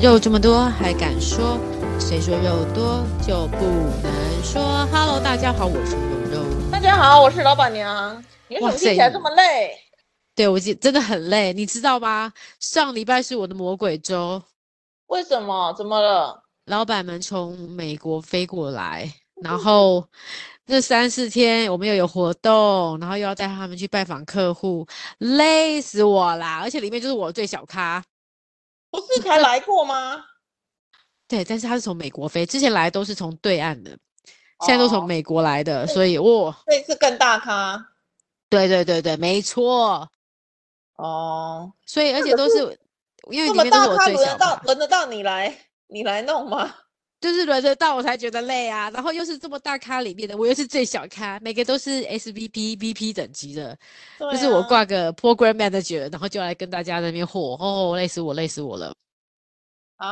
肉这么多还敢说？谁说肉多就不能说？Hello，大家好，我是肉肉。大家好，我是老板娘。你为什么听起来这么累？对我记真的很累，你知道吗？上礼拜是我的魔鬼周，为什么？怎么了？老板们从美国飞过来，然后这三四天我们又有活动，然后又要带他们去拜访客户，累死我啦！而且里面就是我最小咖，不是才来过吗？对，但是他是从美国飞，之前来都是从对岸的，现在都从美国来的，所以哦哇，这次更大咖对对对对，没错。哦。所以而且都是因为这里么面都大是我咖，最轮小得到嘛，轮得到你来，你来弄吗？就是轮得到我才觉得累啊。然后又是这么大咖里面的，我又是最小咖，每个都是 SVP、VP 等级的，对就是我啊挂个 Program Manager，然后就来跟大家在那边吼哦，累死我，累死我了，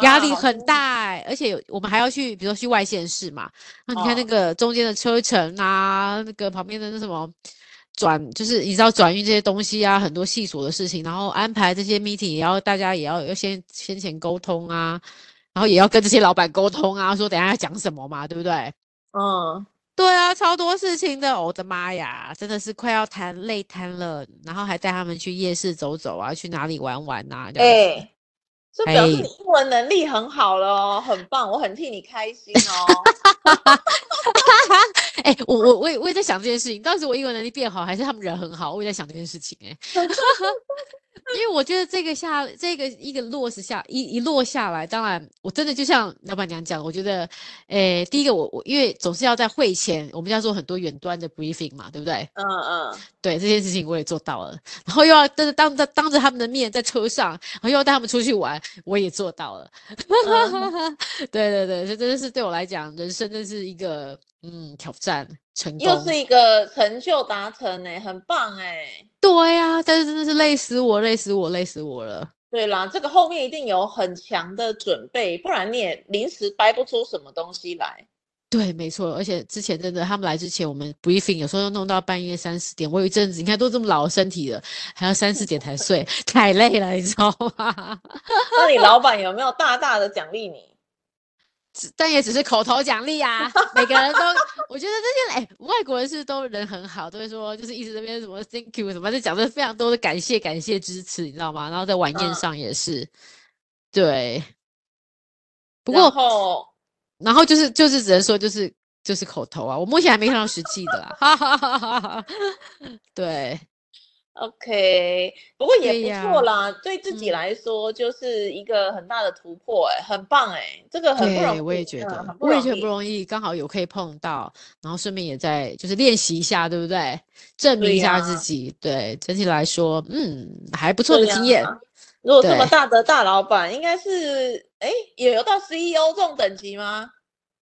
压力很。啊大欸、而且有我们还要去，比如说去外县市嘛，那你看那哦个中间的车程啊，那个旁边的那什么。转就是你知道转运这些东西啊，很多细琐的事情，然后安排这些 meeting 也要大家也要要先先前沟通啊，然后也要跟这些老板沟通啊，说等一下要讲什么嘛，对不对？嗯，对啊，超多事情的，我的妈呀，真的是快要瘫累瘫了，然后还带他们去夜市走走啊，去哪里玩玩啊，这哎、样子这表示哎你英文能力很好了哦，很棒，我很替你开心 哦。哎、我我我也我也在想这件事情，到底是我英文能力变好，还是他们人很好？我也在想这件事情、欸， 因为我觉得这个下这个一个落实下一一落下来，当然我真的就像老板娘讲，我觉得，诶、第一个我我因为总是要在会前，我们要做很多远端的 briefing 嘛，对不对？嗯嗯，对这件事情我也做到了，然后又要当着当着当着他们的面在车上，然后又要带他们出去玩，我也做到了。 嗯对对对，这真的是对我来讲，人生真是一个嗯挑战成功。又是一个成就达成哎、很棒哎、对呀、但是真的是累死我，累死我，累死我了。对啦，这个后面一定有很强的准备，不然你也临时掰不出什么东西来。对，没错，而且之前真的他们来之前，我们 briefing 有时候弄到半夜三四点。我有一阵子，你看都这么老的身体了，还要三四点才睡， 太累了，你知道吗？那你老板有没有大大的奖励你？只但也只是口头奖励啊，每个人都，我觉得这些哎，外国人是都人很好，都会说就是一直这边什么 thank you 什么，就讲的非常多的感谢感谢支持，你知道吗？然后在晚宴嗯上也是，对。不然过后然后就是就是只能说就是就是口头啊，我目前还没看到实际的啦， 哈哈哈哈哈哈。对 OK，不过也对不呀错啦，对自己嗯来说就是一个很大的突破、哎，很棒哎、这个很不容易，对，我也觉嗯得，很不我也容觉得不易。容易，刚好有可以碰到，然后顺便也在就是练习一下，对不对？证明对一下呀自己，对，整体来说，嗯，还不错的对经验，呀如果这么对大的大老板，应该是哎，也有到 CEO 这种等级吗？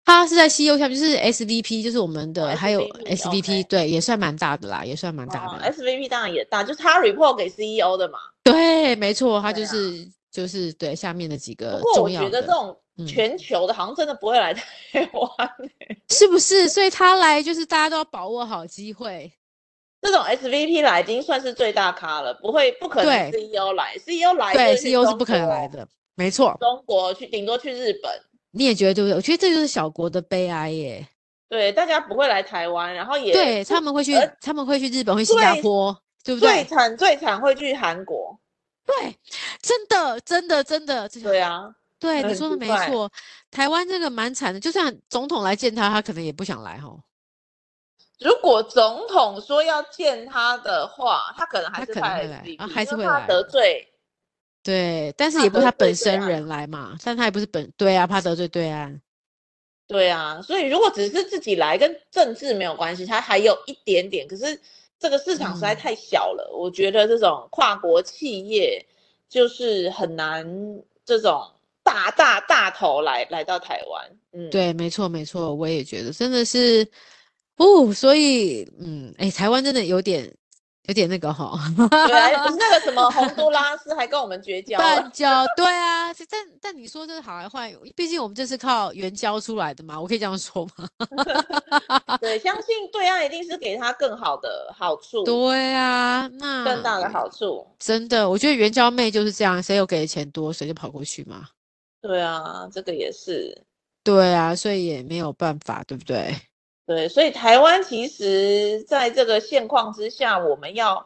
他是在 CEO 下面，就是 SVP，就是我们的，哦还有 SVP SVP， ，OK 对，也算蛮大的啦，也算蛮大哦的。 ，SVP 当然也大，就是他 report 给 CEO 的嘛。对，没错，他对就啊是就是对下面的几不个呃过我重觉要得这的，种嗯全球的，好像真的不会来台湾、 是不是？所以他来就是大家都要把握好机会。这种 SVP 来已经算是最大咖了，不会不可能对 CEO 来，CEO 来对就去，CEO 是中不可能国来的，没错。中国去顶多去日本，你也觉得对不对？我觉得这就是小国的悲哀耶。对，大家不会来台湾，然后也对不呃他们会去而，他们会去日本，会新加最坡，对不最对？惨最惨会去韩国，对，真的，真的，真的，这对啊，对你很说的奇没怪错。台湾这个蛮惨的，就算总统来见他，他可能也不想来哦。如果总统说要见他的话，他可能还他是可能派会来 SVP，啊还因是为会怕来得罪，对，但是怕也不是他得罪本啊对身岸人来嘛，但他也不是本对啊，怕得罪对岸。对啊，所以如果只是自己来，跟政治没有关系，它还有一点点。可是这个市场实在嗯太小了，我觉得这种跨国企业就是很难，这种大大大头来来到台湾，嗯，对，没错，没错，我也觉得真的是，哦，所以，嗯，哎，台湾真的有点，有点那个哈，对啊，不是那个什 么洪都拉斯还跟我们绝交了断，交，对啊，是但但你说这是好还坏？毕竟我们这是靠援交出来的嘛，我可以这样说吗？ 啊对，相信对岸一定是给他更好的好处，对啊，那更嗯大的好处，真的，我觉得援交妹就是这样，谁有给的钱多，谁就跑过去嘛。对啊，这个也是。对啊，所以也没有办法，对不对？对，所以台湾其实在这个现况之下，我们要，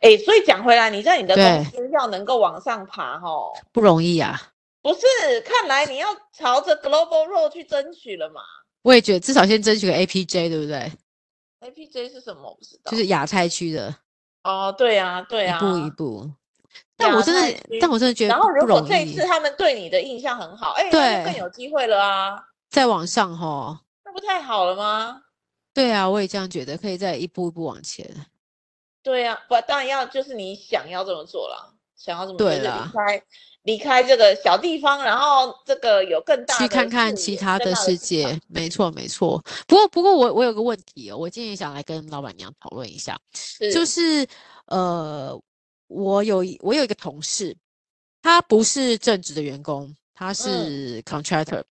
哎，所以讲回来，你在你的公司要能够往上爬，哦，不容易啊！不是，看来你要朝着 Global Role 去争取了嘛我也觉得至少先争取个 APJ，对不对？ ？APJ 是什么？我不知道。就是亚太区的，哦，对啊，对啊。一步一步。对但我啊真那的也是，但我真的觉得然后不如果容这一易次。他们对你的印象很好，哎，那就对更有机会了啊，再往上吼，那不太好了吗？对啊，我也这样觉得，可以再一步一步往 前。对啊，不，当然要就是你想要这么做啦，想要这么对就是啦离开离开这个小地方，然后这个有更大去的看看视其野他更的大世市场界，没错没错。不过不过我我有个问题哦，我今天也想来跟老板娘讨论一下，就是是呃，我有一我有一个同事，他不是正职的员工，嗯他是 contractor，、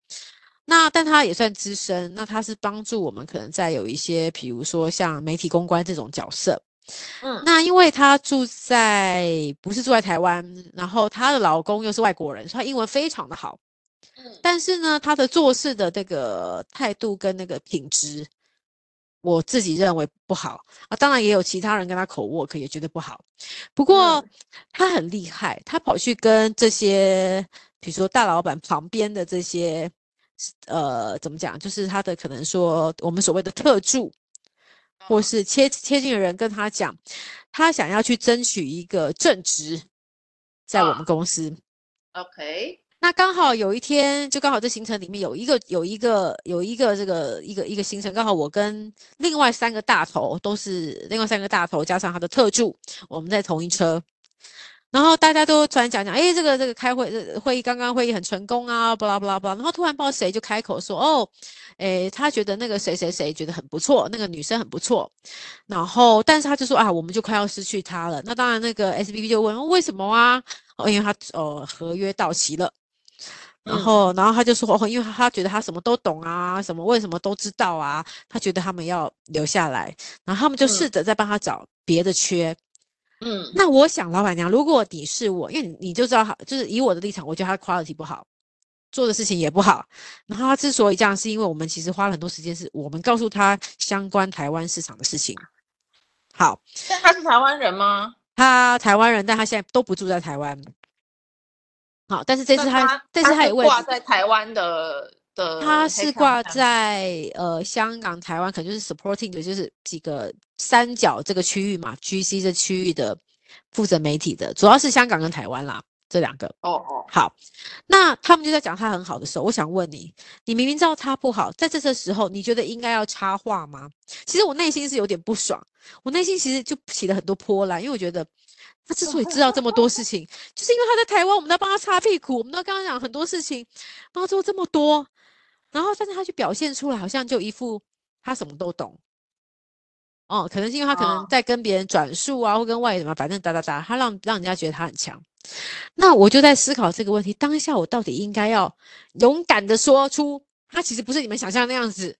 那但他也算资深，那他是帮助我们可能在有一些，比如说像媒体公关这种角色，嗯那因为她住在不是住在台湾，然后她的老公又是外国人，所以她英文非常的好。嗯但是呢，她的做事的那个态度跟那个品质，我自己认为不好啊。当然也有其他人跟她口 work 也觉得不好。不过嗯她很厉害，她跑去跟这些，比如说大老板旁边的这些，呃，怎么讲，就是她的可能说我们所谓的特助，或哦是切切近的人跟他讲，他想要去争取一个正职，在我们啊公司。 OK，那刚好有一天，就刚好这行程里面有一个有一个有一个这个一个一个行程，刚好我跟另外三个大头都是另外三个大头加上他的特助，我们在同一车。然后大家都突然讲讲，诶，这个这个开会这个会议刚刚会议很成功啊，巴拉巴拉巴拉。然后突然不知道谁就开口说，哦，诶，他觉得那个谁谁谁觉得很不错，那个女生很不错。然后但是他就说啊，我们就快要失去她了。那当然，那个 S B B 就问、哦为什么啊？哦，因为他哦合约到期了。然嗯后，然后他就说，哦，因为他他觉得他什么都懂啊，什么为什么都知道啊，他觉得他们要留下来，然后他们就嗯试着在帮他找别的缺。嗯那我想，老板娘，如果你是我，因为你你就知道他，就是以我的立场，我觉得他的 quality 不好，做的事情也不好。然后他之所以这样，是因为我们其实花了很多时间，是我们告诉他相关台湾市场的事情。好，但他是台湾人吗？他台湾人，但他现在都不住在台湾。好，但是这那次他他，但是他也为挂在台湾的的，他是挂。在呃香港、台湾，可能就是 supporting 的，就是几个三角这个区域嘛，GC 这区域的负责媒体的，主要是香港跟台湾啦这两个。哦哦，好，那他们就在讲他很好的时候，我想问你，你明明知道他不好，在这个时候，你觉得应该要插话吗？其实我内心是有点不爽，我内心其实就起了很多波澜，因为我觉得他之所以知道这么多事情，就是因为他在台湾，我们都要帮他擦屁股，我们都要跟他讲很多事情，帮他做这么多，然后但是他就表现出来，好像就一副他什么都懂。哦，可能是因为他可能哦在跟别人转述啊，或跟外人嘛，反正哒哒哒，他让让人家觉得他很强。那我就在思考这个问题：当下我到底应该要勇敢的说出，他其实不是你们想象那样子。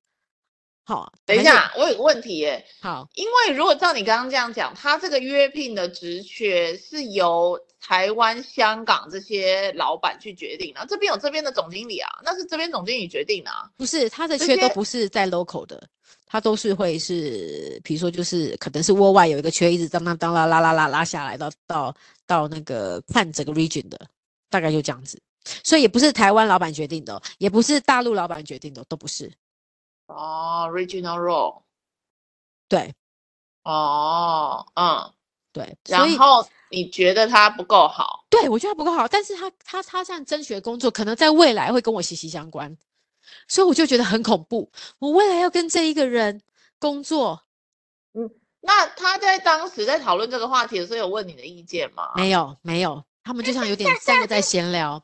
好，等一还是，下，我有个问题耶，好，因为如果照你刚刚这样讲，他这个约聘的职缺是由台湾、香港这些老板去决定的，这边有这边的总经理啊，那是这边总经理决定的啊。不是他的直缺都接不是在 local 的，他都是会是，比如说就是可能是窝外有一个缺，一直当当当啦啦啦啦拉下来到到到那个看整个 region 的，大概就这样子。所以也不是台湾老板决定的哦，也不是大陆老板决定的哦，都不是。哦，regional role，对哦，嗯，对，所以然后你觉得他不够好，对，我觉得他不够好，但是他他他这样争取的工作，可能在未来会跟我息息相关，所以我就觉得很恐怖。我未来要跟这一个人工作，那他在当时在讨论这个话题的时候有问你的意见吗？没有没有，他们就像有 点三个在闲聊，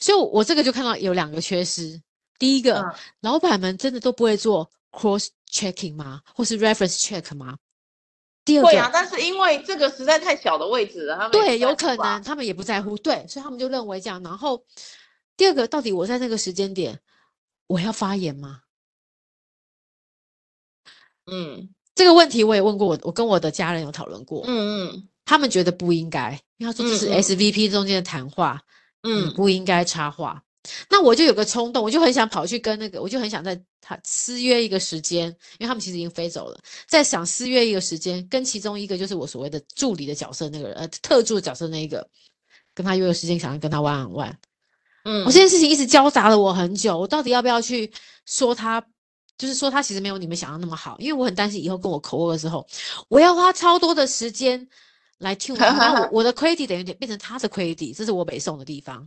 所以我我这个就看到有两个缺失。第一个，嗯老板们真的都不会做 cross checking 吗？或是 reference check 吗？第二个，会啊，但是因为这个实在太小的位置了，他们也不对，有在乎可啊能他们也不在乎，对，所以他们就认为这样。然后第二个，到底我在那个时间点，我要发言吗？嗯这个问题我也问过我，我跟我的家人有讨论过，嗯嗯他们觉得不应该，因为他说这是嗯嗯 SVP 中间的谈话，你嗯不应该插话。那我就有个冲动，我就很想跑去跟那个，我就很想在他私约一个时间，因为他们其实已经飞走了，在想私约一个时间，跟其中一个就是我所谓的助理的角色那个人，呃，特助角色那一个，跟他约个时间，想要跟他玩玩玩。嗯，我这件事情一直交杂了我很久，我到底要不要去说他？就是说他其实没有你们想象那么好，因为我很担心以后跟我口握的时候，我要花超多的时间来 听他，那我我的 credit 等于变成他的 credit，这是我北宋的地方。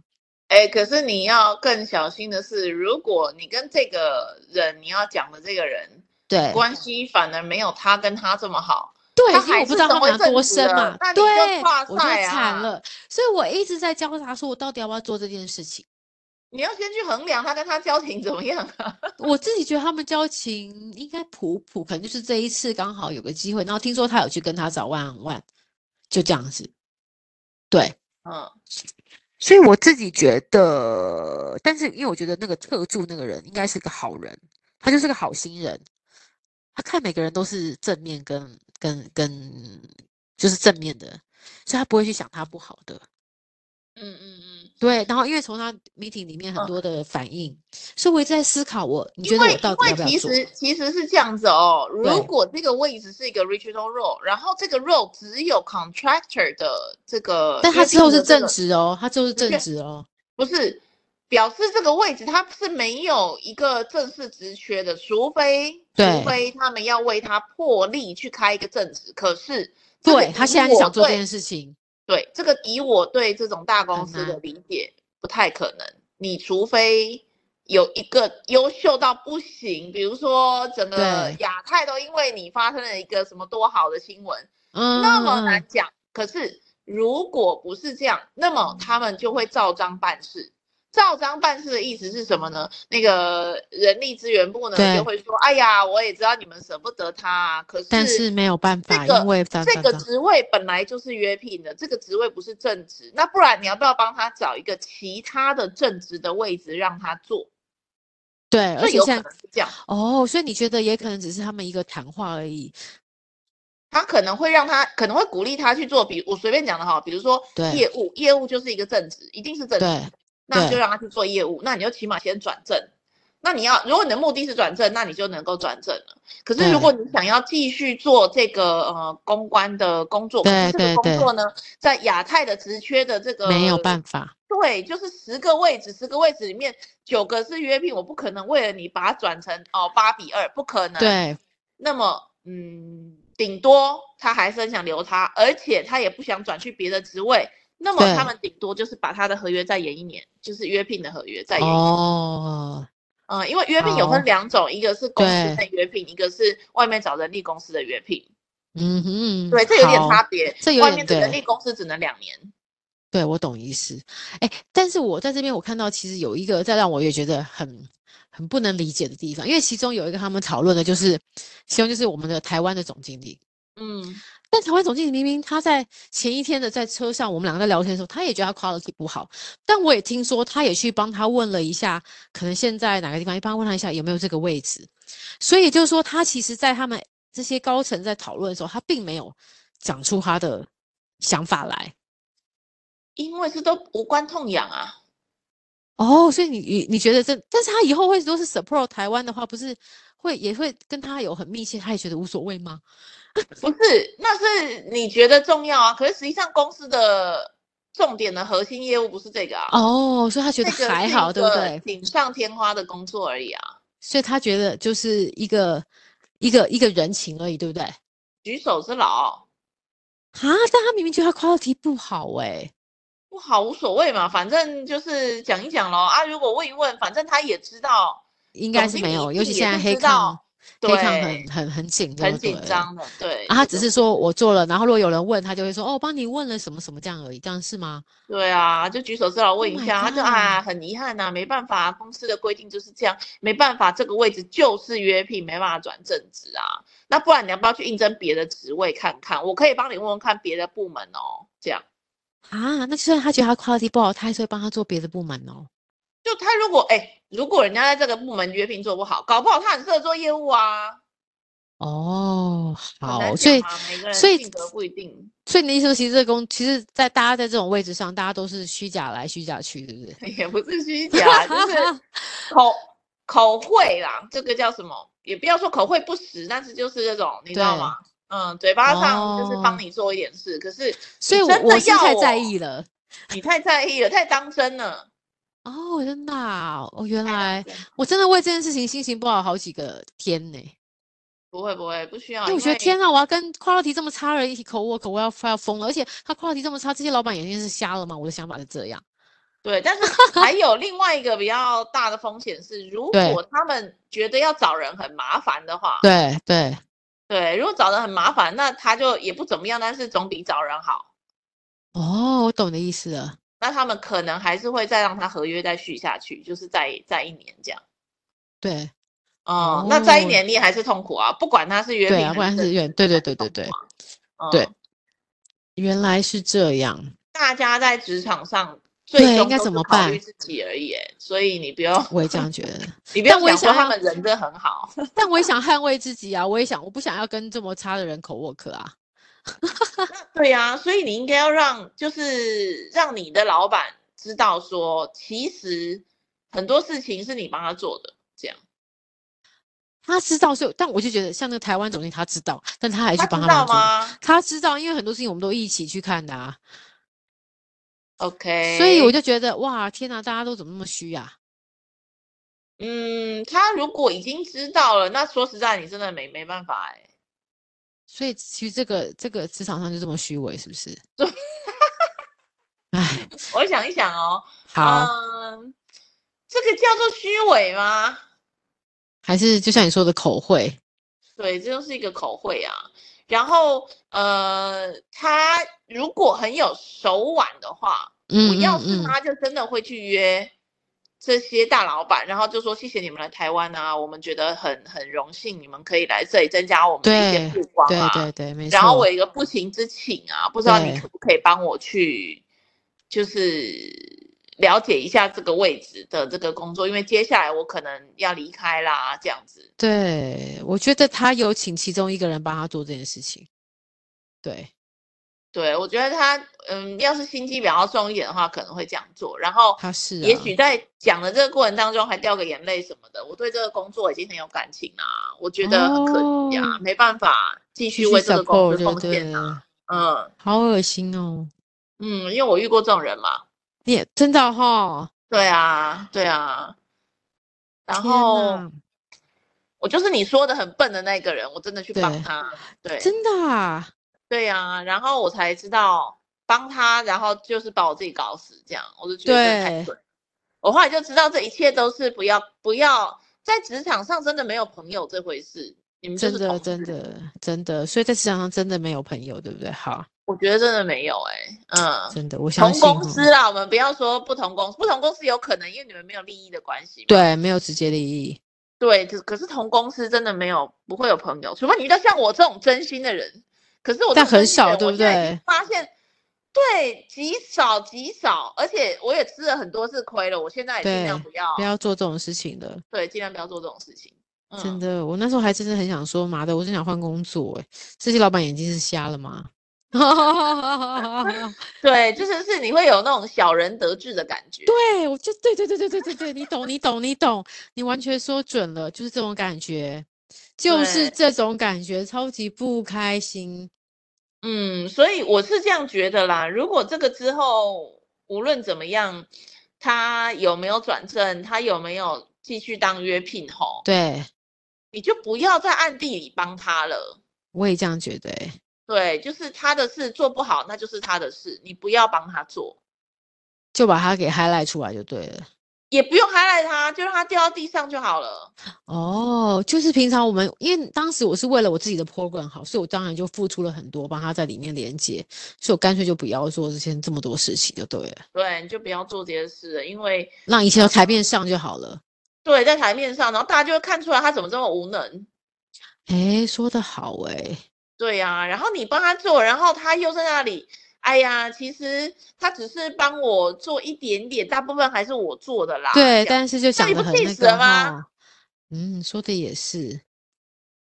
哎，可是你要更小心的是，如果你跟这个人，你要讲的这个人对关系反而没有他跟他这么好，对，他因为还我不是知道他成们为俩正多职深了嘛，那你就对，跨我就赛惨啊了。所以我一直在交杂，说我到底要不要做这件事情。你要先去衡量他跟他交情怎么样啊。 我自己觉得他们交情应该普普，可能就是这一次刚好有个机会，然后听说他有去跟他找万安万，就这样子。对，嗯，所以我自己觉得，但是因为我觉得那个特助那个人应该是个好人，他就是个好心人，他看每个人都是正面跟跟跟，就是正面的，所以他不会去想他不好的。嗯嗯嗯，对，然后因为从他 meeting 里面很嗯多的反应，所以我一直在思考我，你觉因得为我到因底为要不要其做？实其实是这样子哦，对如果这个位置是一个 regional role，然后这个 role 只有 contractor 的这个，但他之后是正职，职哦，他之后是正确职哦，不是表示这个位置他是没有一个正式职缺的，除非对除非他们要为他破例去开一个正职。可是这个对他以现在就我想做这对件事情，对，这个以我对这种大公很司的难理解，不太可能。你除非有一个优秀到不行，比如说整个对亚太都因为你发生了一个什么多好的新闻，嗯，那么嗯难讲。可是如果不是这样，那么他们就会照章办事。照章办事的意思是什么呢？那个人力资源部呢对就会说：“哎呀，我也知道你们舍不得他啊，可但是没有办法，个因为当这当个当职位本来就是约聘的，这个职位不是正职，那不然你要不要帮他找一个其他的正职的位置让他做？对，而这且有可现能在是这样，哦，所以你觉得也可能只是他们一个谈话而已，他可能会让他可能会鼓励他去做，比我随便讲的哈，比如说对业务，业务就是一个正职，一定是对正职，那你就对让他去做业务，那你就起码先转正。那你要，如果你的目的是转正，那你就能够转正了。可是如果你想要继续做这个呃公关的工作，可对是这个对工对作呢，在亚太的职缺的这个没有办法，对，就是十个位置，十个位置里面九个是约聘，我不可能为了你把它转成哦八比二，不可能。，对那么嗯，顶多他还是很想留他，而且他也不想转去别的职位，那么对他们顶多就是把他的合约再延一年，就是约聘的合约再延一年。哦，嗯，因为约聘有分好两种，一个是公对司内约聘，一个是外面找人力公司的约聘。嗯哼，对，这有点好差别。这有外点面的人对力公司只能两年。对，我懂意思。哎，但是我在这边我看到，其实有一个在让我也觉得很很不能理解的地方，因为其中有一个他们讨论的就是，其中就是我们的台湾的总经理。嗯，但台湾总经理明明他在前一天的在车上，我们两个在聊天的时候，他也觉得他 quality 不好，但我也听说他也去帮他问了一下，可能现在哪个地方，帮他问他一下有没有这个位置。所以就是说，他其实，在他们这些高层在讨论的时候，他并没有讲出他的想法来。因为这都无关痛痒啊。哦，所以你你你觉得这，但是他以后会说是 support 台湾的话，不是会也会跟他有很密切，他也觉得无所谓吗？不是，那是你觉得重要啊。可是实际上，公司的重点的核心业务不是这个啊，哦，所以他觉这得个是还一好，对不个对？锦上添花的工作而已啊，所以他觉得就是一个一个一个人情而已，对不对？啊，举手之劳，但他明明觉得他 quality 不好哎、不好无所谓嘛，反正就是讲一讲咯。啊。如果问一问，反正他也知道，应该总是经没理有，一尤定其也现在是黑知抗道黑抗对很，很很紧，对很不紧对张的，对啊，他这只个是说我做了，然后如果有人问，他就会说哦，我帮你问了什么什么这样而已，这样是吗？对啊，就举手之劳 Oh 问一 my 下，他就 god 啊，很遗憾呐、没办法、公司的规定就是这样，没办法，这个位置就是约聘，没办法转正职啊。那不然你要不要去应征别的职位看看？我可以帮你问问看别的部门哦，这样。啊，那就算他觉得他 quality 不好，他还是会帮他做别的部门哦。就他如果哎，如果人家在这个部门约聘做不好，搞不好他很适合做业务啊。哦，很难好，讲所以啊每个人所以性格不一定， 所以你的意思说，其实这工，其实在大家在这种位置上，大家都是虚假来虚假去，对不对？也不是虚 假，就是口口会啦，这个叫什么？也不要说口会不实，但是就是这种，你知道对吗？嗯，嘴巴上就是哦帮你做一点事，可是所以你我真的我是要太在我意了。你太在意了，太当 真了。哦，真的啊、哦，原太当来真了我真的为这件事情心情不好好几个天呢、不会不会，不需要。因为我觉得天啊，我要跟 quality 这么差的人一起口我口我要快要疯了，而且他 quality 这么差，这些老板眼睛是瞎了吗？我的想法是这样。对，但是 还有另外一个比较大的风险是，如对果他们觉得要找人很麻烦的话，对对，对，如果找人很麻烦，那他就也不怎么样，但是总比找人好。哦，我懂你的意思了。那他们可能还是会再让他合约再续下去，就是再再一年这样。对哦、那再一哦年你也还是痛苦啊，不管他是约对聘啊，还不然正是职远，对对还对对是痛对苦，啊对嗯原来是这样。大家在职场上对最应终该都怎是么考虑办自己而已耶，所以你不用我也这样觉 得，你不要但我也想说想他要们人真的很好，但我也想捍卫自己啊！我也想，我不想要跟这么差的人口 work 啊。对呀、所以你应该要让，就是让你的老板知道说，其实很多事情是你帮他做的，这样他知道，所以但我就觉得像那个台湾总经理，他知道，但他还去他帮知他道们做。吗他知道，因为很多事情我们都一起去看的啊， ？OK，所以我就觉得哇，天哪，大家都怎么那么虚啊？嗯，他如果已经知道了，那说实在，你真的没没办法哎、所以其实这个这个职场上就这么虚伪，是不是？哎，我想一想哦，好，嗯，这个叫做虚伪吗？还是就像你说的口惠，对，这就是一个口惠啊。然后呃，他如果很有手腕的话，我嗯要嗯是嗯，他就真的会去约这些大老板，然后就说谢谢你们来台湾啊，我们觉得很很荣幸你们可以来这里增加我们的一些对曝光对啊。对对，没错。然后我有一个不情之请啊，不知道你对可不可以帮我去，就是了解一下这个位置的这个工作，因为接下来我可能要离开啦，这样子。对我觉得他有请其中一个人帮他做这件事情，对。对，我觉得他嗯，要是心机比较重一点的话，可能会这样做。然后他是、啊，也许在讲的这个过程当中还掉个眼泪什么的，我对这个工作已经很有感情啦、我觉得很可惜啊，哦没办法继继续续为这个公 support，司对奉对献啊。，嗯好恶心哦！嗯，因为我遇过这种人嘛，你也真的哈、对啊对啊，然天后哪我就是你说的很笨的那个人，我真的去对帮他，对真的啊，对啊，然后我才知道帮他，然后就是把我自己搞死，这样我就觉得真对的太蠢。我后来就知道这一切都是不要不要在职场上真的没有朋友这回事，你们就真是的同真事，的真的，所以在市场上真的没有朋友，对不对？好，我觉得真的没有哎、嗯，真的，我相同信、哦、公司啦，我们不要说不同公司，不同公司有可能因为你们没有利益的关系嘛，对没有直接利益，对，只可是同公司真的没有不会有朋友，除非你遇到像我这种真心的人。可是我这但种真很心的少人对我不现对在已经发现对极少极少，而且我也吃了很多次亏了。我现在也尽量对不要，不要做这种事情的。对，尽量不要做这种事情。嗯、真的，我那时候还真的很想说，妈的，我真想换工作哎！这些老板眼睛是瞎了吗？ 对，就是是你会有那种小人得志的感觉。对，我就对对对对对对对，你懂你懂你懂，你完全说准了，就是这种感觉，就是对这种感觉，超级不开心。嗯，所以我是这样觉得啦。如果这个之后无论怎么样，他有没有转正，他有没有继续当约聘吼，对，你就不要在暗地里帮他了。我也这样觉得欸、对，就是他的事做不好，那就是他的事，你不要帮他做，就把它给 highlight 出来就对了。也不用 highlight 他，就让他掉到地上就好了。哦，就是平常我们，因为当时我是为了我自己的 program 好，所以我当然就付出了很多，帮他在里面连接，所以我干脆就不要做这些这么多事情就对了，对，你就不要做这些事了，因为让一切都台面上就好了。对在台面上，然后大家就会看出来他怎么这么无能。诶，说得好诶，对呀、然后你帮他做，然后他又在那里，哎呀，其实他只是帮我做一点点，大部分还是我做的啦。对，这样但是就讲啊你得不很气那死个了吗哈，嗯，说的也是。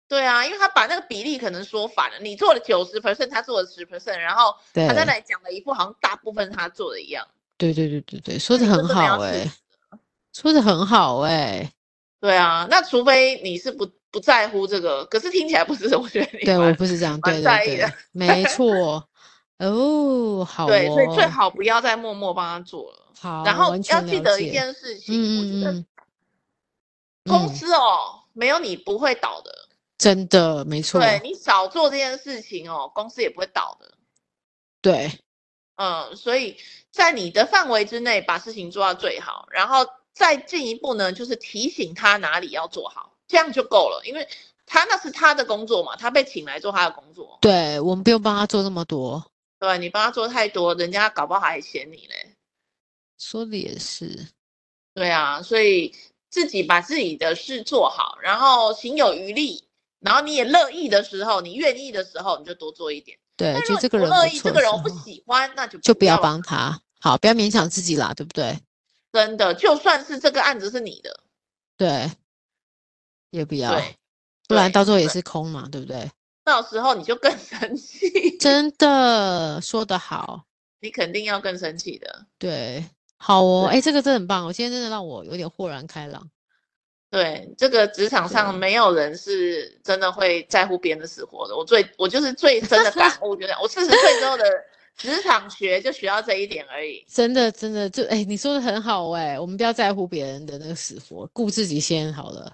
对啊，因为他把那个比例可能说反了，你做了九十 percent，他做了十 percent，然后对，他在那里讲了一副好像大部分是他做的一样。对对对对对，说的那你很真的要好去哎、说的很好哎、对啊，那除非你是不不在乎这个，可是听起来不是，我觉得你对，我蛮不是这样，蛮对在意对对的，没 错。哦，好哦，对，所以最好不要再默默帮他做了。好，然后完要全记了得一解，件事情，我觉嗯得嗯嗯，公嗯司哦，没有你不会倒的。真的没错，对你少做这件事情哦，公司也不会倒的。对嗯，所以在你的范围之内把事情做到最好，然后再进一步呢，就是提醒他哪里要做好，这样就够了。因为他那是他的工作嘛，他被请来做他的工作，对，我们不用帮他做这么多，对你帮他做太多，人家搞不好还嫌你嘞。说的也是，对啊，所以自己把自己的事做好，然后行有余力，然后你也乐意的时候，你愿意的时候，你就多做一点。对但，觉如得果这你个人不乐不意，错这的个时人我候不喜欢，那就就不要了帮他，好，不要勉强自己啦，对不对？真的，就算是这个案子是你的，对，也不要，对，不然对到最后也对是空嘛，对不对？到时候你就更 生气，真的说得好，你肯定要更生气的。对，好哦，对哎，这个真的很棒哦，我今天真的让我有点豁然开朗。对，这个职场上对没有人是真的会在乎别人的死活的。我最我就是最深的感悟，觉得我四十岁之后的职场学就学到这一点而已。真的，真的，就哎、你说的很好哎、我们不要在乎别人的那个死活，顾自己先好了。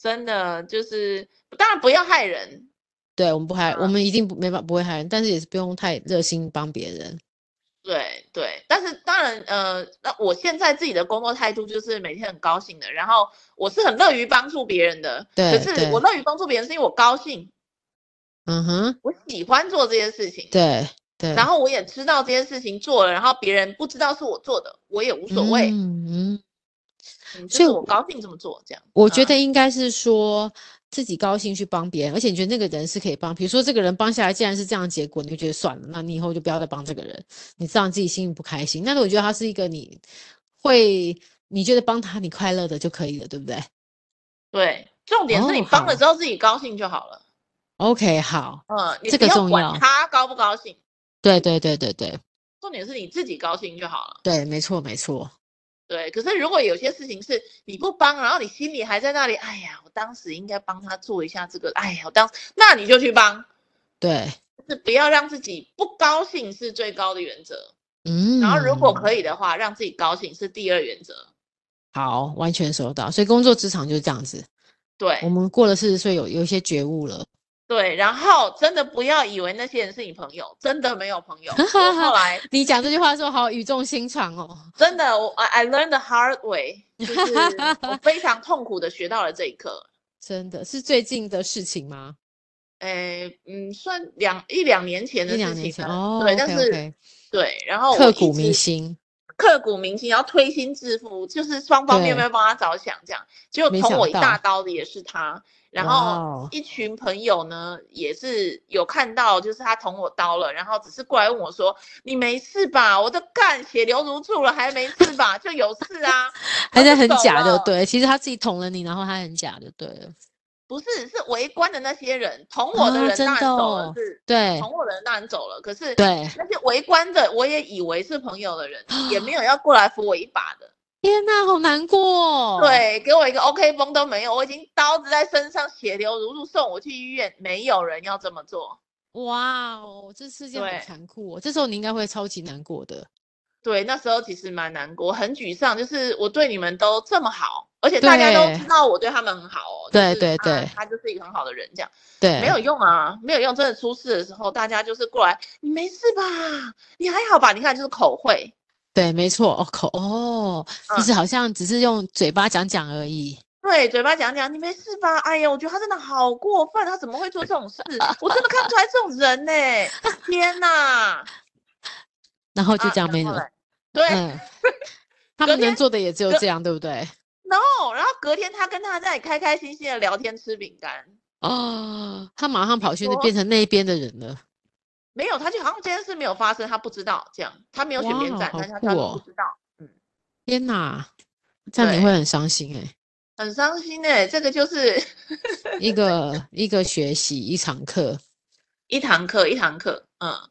真的就是，当然不要害人，对，我们不害，我啊们一定不没法不会害人，但是也是不用太热心帮别人。对对，但是当然，呃，那我现在自己的工作态度就是每天很高兴的，然后我是很乐于帮助别人的。对可对是我乐于帮助别人是因为我高兴，嗯哼，我喜欢做这件事情。，对对。然后后我也知道这件事情做了，然后别人不知道是我做的，我也无所谓，嗯嗯，嗯就所以是我我高兴这么做，这样。我觉嗯得应该是说自己高兴去帮别人，而且你觉得那个人是可以帮，比如说这个人帮下来，既然是这样的结果，你就觉得算了，那你以后就不要再帮这个人，你这样自己心里不开心。但是我觉得他是一个你会你觉得帮他你快乐的就可以了，对不对对，重点是你哦帮了好之后自己高兴就好了。 ？OK，好，嗯，你这不个要重管要他高不高兴，对对对对对重点是你自己高兴就好了。对，没错没错，对，可是如果有些事情是你不帮，然后你心里还在那里，哎呀，我当时应该帮他做一下这个，哎呀，我当，那你就去帮，对，就是不要让自己不高兴是最高的原则。嗯。然后如果可以，以的话，让自己高兴是第二原则。好，完全收到。所以工作职场就是这样子，我对们过了四十岁有有一些觉悟了。对，然后真的不要以为那些人是你朋友，真的没有朋 友。我后来你讲这句话的时候好语重心长哦。真的，我 I I learned the hard way，就是我非常痛苦的学到了这一课。真的是最近的事情吗？诶，嗯，算两一两年前的一两事年情前了哦，对，但 o k 是 o k 对，然后我刻一骨铭直 心，刻骨铭心，然后推心置腹，就是双方面对没有帮他着想，这样。结果没捅我想一大到刀的也是他，然哇后哦一群朋友呢也是有看到，就是他捅我刀了，然后只是过来问我说：“你没事吧？”我都干血流如注了，还没事吧？就有事啊， 还我在就很走假的，了对，其实他自己捅了你，然后他很假的，对了，不是是围观的那些人，捅我的啊人真当然的走了，哦是对捅我的人当然走了，可是对，那些围观的，我也以为是朋友的人，也啊没有要过来扶我一把的。天哪，好难过、哦，，对，给我一个 OK 绷都没有，我已经刀子在身上，血流如注，送我去医院，没有人要这么做。哇哦，这世界好对残酷哦，这时候你应该会超级难过的，对，那时候其实蛮难过，很沮丧，就是我对你们都这么好，而且大家都对知道我对他们很好哦。对就是对啊对他就是一个很好的人，这样对，没有用啊，没有用。真的出事的时候，大家就是过来，你没事吧？你还好吧？你看就是口惠，对，没错，哦口哦，就嗯是好像只是用嘴巴讲讲而已，对，嘴巴讲讲，你没事吧？哎呀，我觉得他真的好过分，他怎么会做这种事？我真的看不出来这种人呢、天哪！然后就啊这样然没后了，嘞对、嗯，他隔们能天做的也只有隔这样，对不对？ n o 然后隔天他跟他在开开心心的聊天吃饼干，哦，他马上跑去那说变成那一边的人了。没有，他就好像这件事没有发生，他不知道这样，他没有选边哇哦站，好但是他酷当哦时不知道，天哪，这样你对会很伤心哎、很伤心哎、这个就是 一个一个学习一堂课，一堂课一堂课，嗯，所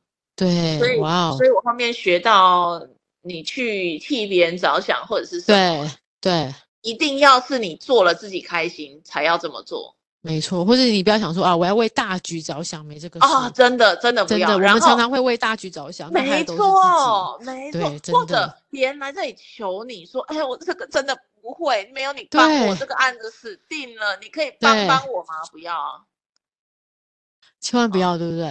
对，以哇哦所，以我后面学到你去替别人着想，或者是什么对对，一定要是你做了自己开心才要这么做没错，或者你不要想说啊，我要为大局着想，没这个事，啊、真的真的不真的，要。我然们后常常会为大局着想，但害没的都是自己错，没对错，真或者的别人来这里求你说，哎，我这个真的不会，没有你帮我对这个案子死定了，你可以帮对帮我吗？不要啊，千万不哦要，对不对？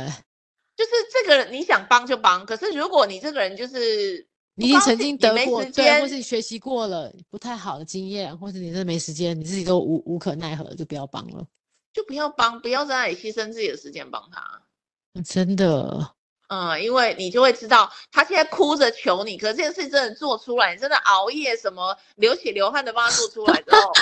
就是这个人你想帮就帮，可是如果你这个人就是你已经高曾兴经你得没过，时对，或间是你学习过了不太好的经验，或者你真的没时间，你自己都无无可奈何，就不要帮了。就不要帮，不要在那里牺牲自己的时间帮他。真的，嗯，因为你就会知道他现在哭着求你，可是这件事情真的做出来，你真的熬夜什么流血流汗的帮他做出来之后，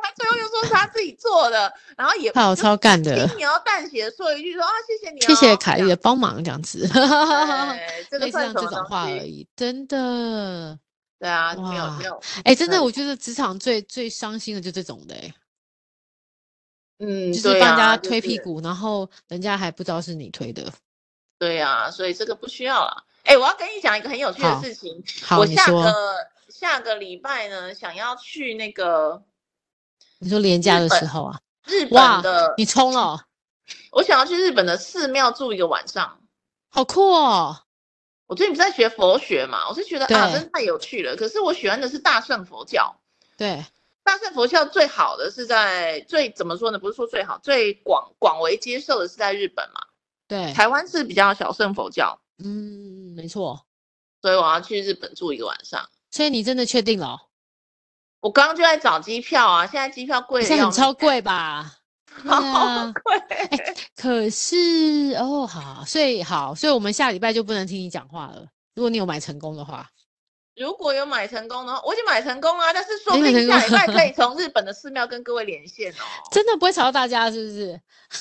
他最后又说是他自己做的，然后也他有就超干的，轻描淡写地说一句说啊谢谢你、哦，谢谢凯莉这的样。帮忙，这样子， 对，这类似个算像什这么种东话而西？已，真的。对啊，没有哇没有，哎、真的，对我觉得职场最最伤心的就这种的、欸，嗯，就是对帮人家啊推屁。就是股，然后人家还不知道是你推的。对啊，所以这个不需要了。哎，我要跟你讲一个很有趣的好事情，好，我你下说，个下个礼拜呢，想要去那个你说廉价日的本时候啊，日哇本的，你冲了哦，我想要去日本的寺庙住一个晚上。好酷哦！我最近不是在学佛学嘛，我是觉得啊，对真的太有趣了。可是我喜欢的是大乘佛教，对，大乘佛教最好的是在最怎么说呢？不是说最好，最广广为接受的是在日本嘛。对，台湾是比较小乘佛教，嗯，没错。所以我要去日本住一个晚上。所以你真的确定了哦？我刚刚就在找机票啊，现在机票贵的现在要很命，超贵 吧？对好啊，贵。可是哦，好，所以好，所以我们下礼拜就不能听你讲话了。如果你有买成功的话， 如果有买成功的话，我已经买成功啦、但是说不你买定下成礼功拜可以从日本的寺庙跟各位连线哦。真的不会吵到大家，是不是？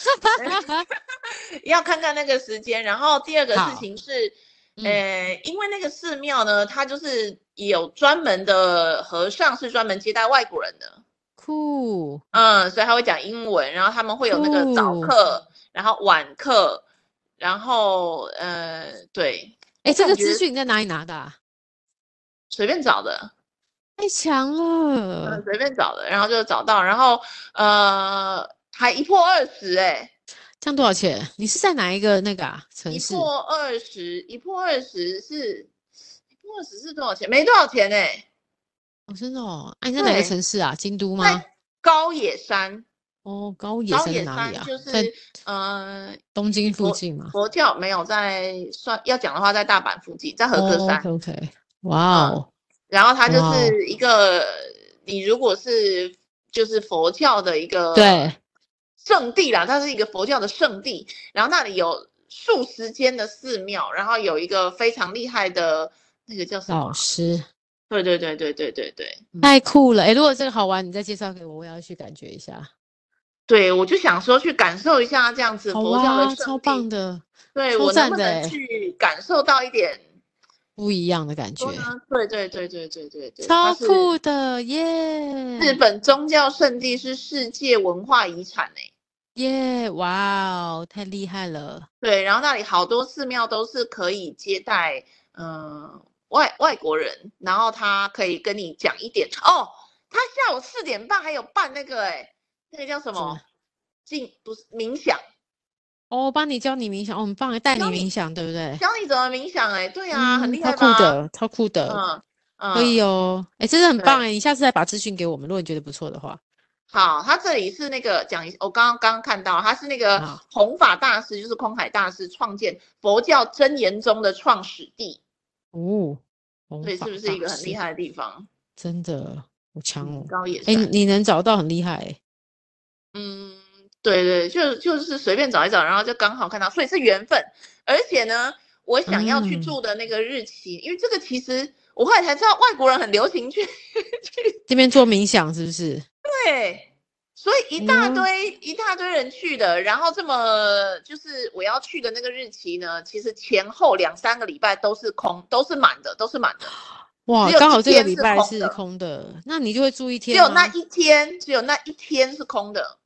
要看看那个时间。然后第二个事好情是，嗯呃，因为那个寺庙呢，它就是有专门的和尚是专门接待外国人的，酷，嗯，所以他会讲英文，然后他们会有那个早哦课，然后晚课，然后呃，对，哎，这感个觉资讯你在哪里拿的、啊？随便找的。太强了嗯，！随便找的，然后就找到，然后呃，还一破二十哎，这样多少钱？你是在哪一个那个啊城一市？破二十，一破二十是，一破二十是多少钱？没多少钱哎，哦，真的哦，啊，你在哪个对城市啊？京都吗在？高野山，哦，高野高山在野哪里山啊？就在是呃，东京附佛近吗？佛教没有在算，要讲的话在大阪附近，在和歌山， o k 哦 OK，哇嗯哦，然后它就哇哦是一个，你如果是就是佛教的一个对，圣地啦，它是一个佛教的圣地，然后那里有数十间的寺庙，然后有一个非常厉害的那个叫什么老啊？师对对对对对对对，嗯太酷了！哎，如果这个好玩，你再介绍给我，我也要去感觉一下。对我就想说去感受一下这样子好佛教的哇，圣地，超棒的，对超我能赞不的能欸去感受到一点？不一样的感觉说，呢？对对对对对对对，它超是酷欸的耶！日本宗教圣地是世界文化遗产欸诶、耶，哇哦，太厉害了！对，然后那里好多寺庙都是可以接待，嗯、外外国人，然后他可以跟你讲一点哦。他下午四点半还有办那个、欸，那个叫什什么么？静不是冥想，哦，我帮你教你冥想，哦我们帮你带你教你冥想，对不对？教你怎么冥想、欸，哎，对啊，很嗯厉害超吧？酷的，超酷的，嗯嗯，可以哦。哎，真的很棒对哎！你下次再把资讯给我们，如果你觉得不错的话。好，他这里是那个讲一，我刚刚刚看到，他是那个好弘法大师，就是空海大师创建佛教真言宗的创始地，哦，弘所以是法不是大一个很厉师？害的地方？真的，好强嗯哦！高野哎，山。你你能找到很厉害欸，嗯，对对，就就是随便找一找，然后就刚好看到，所以是缘分。而且呢，我想要去嗯住的那个日期，因为这个其实我后来才知道，外国人很流行去去这边做冥想是不是？对，所以一大嗯堆、一大堆人去的。然后这么就是我要去的那个日期呢，其实前后两三个礼拜都是空，都是满的，都是满的。哇只有，刚好一这个天礼是拜空是的空的，那你就会住一只天吗。有那一天，只有那一天是空的。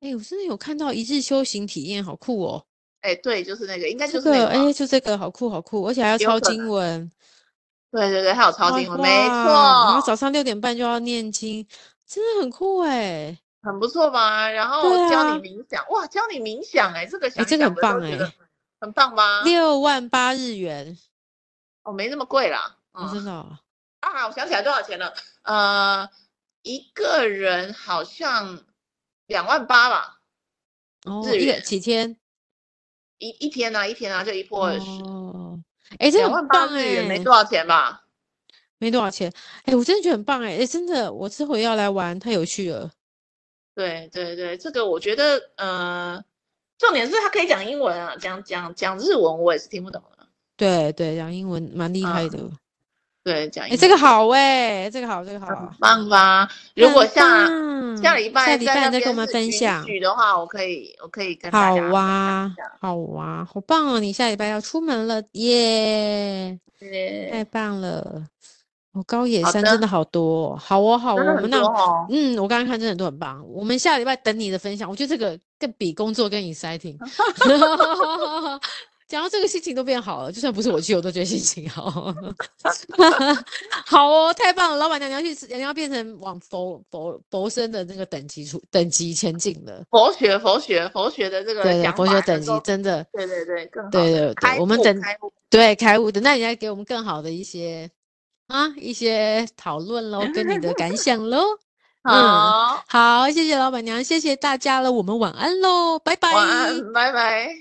哎、我真的有看到一日修行体验，好酷哦！哎，对，就是那个，应该这就是那个个哎、吧。就这个好酷好酷，而且还要有抄可经能文，对对对，还有超哇经文，没哇然后错，早上六点半就要念经，真的很酷哎！很不错吧？然对后教啊你冥想，哇，教你冥想，哎，这个想一这个想很我都棒觉得哎很棒吧？六万八日元，哦，没那么贵啦，哦，嗯真的哦、啊，我想起来多少钱了，呃，一个人好像两万八吧，哦，日一个元几天？一一天啊，一天啊，就一波二十，哦，哎、这两个万很八棒日元没哎，多少钱吧？没多少钱，哎、我真的觉得很棒哎，哎，真的，我之后也要来玩，太有趣了。对对对，这个我觉得，呃，重点是他可以讲英文啊，讲讲讲日文我也是听不懂的，对对，讲英文蛮厉害嗯的，对，讲哎、英这个文好哎，这个好，这个好很，棒吧？嗯如果很下下棒礼拜下礼在拜再那跟边我们是分允享。许的话，我可以我可以跟大好家分享啊一，下，好啊，好棒哦！你下礼拜要出门了耶，太对，棒了！我、高野好山的真的好多、哦，好哦，好哦，真的我很们多那哦。嗯，我刚刚看真的都很棒，我们下礼拜等你的分享，我觉得这个更比工作更 exciting。讲到这个心情都变好了，就算不是我去，我都觉得心情 好。好哦，太棒了！老板娘你要去吃，你要变成往佛佛佛身的那个等级出等级前进了。佛学，佛学，佛学的这个对对，想佛法学能等级够真的。对对对，更好对的对对开我们悟等开悟，对，开悟的，那你要给我们更好的一些啊一些讨论喽，跟 你的感想喽。嗯，好，好，谢谢老板娘，谢谢大家了，我们晚安喽，拜拜。晚安，拜拜。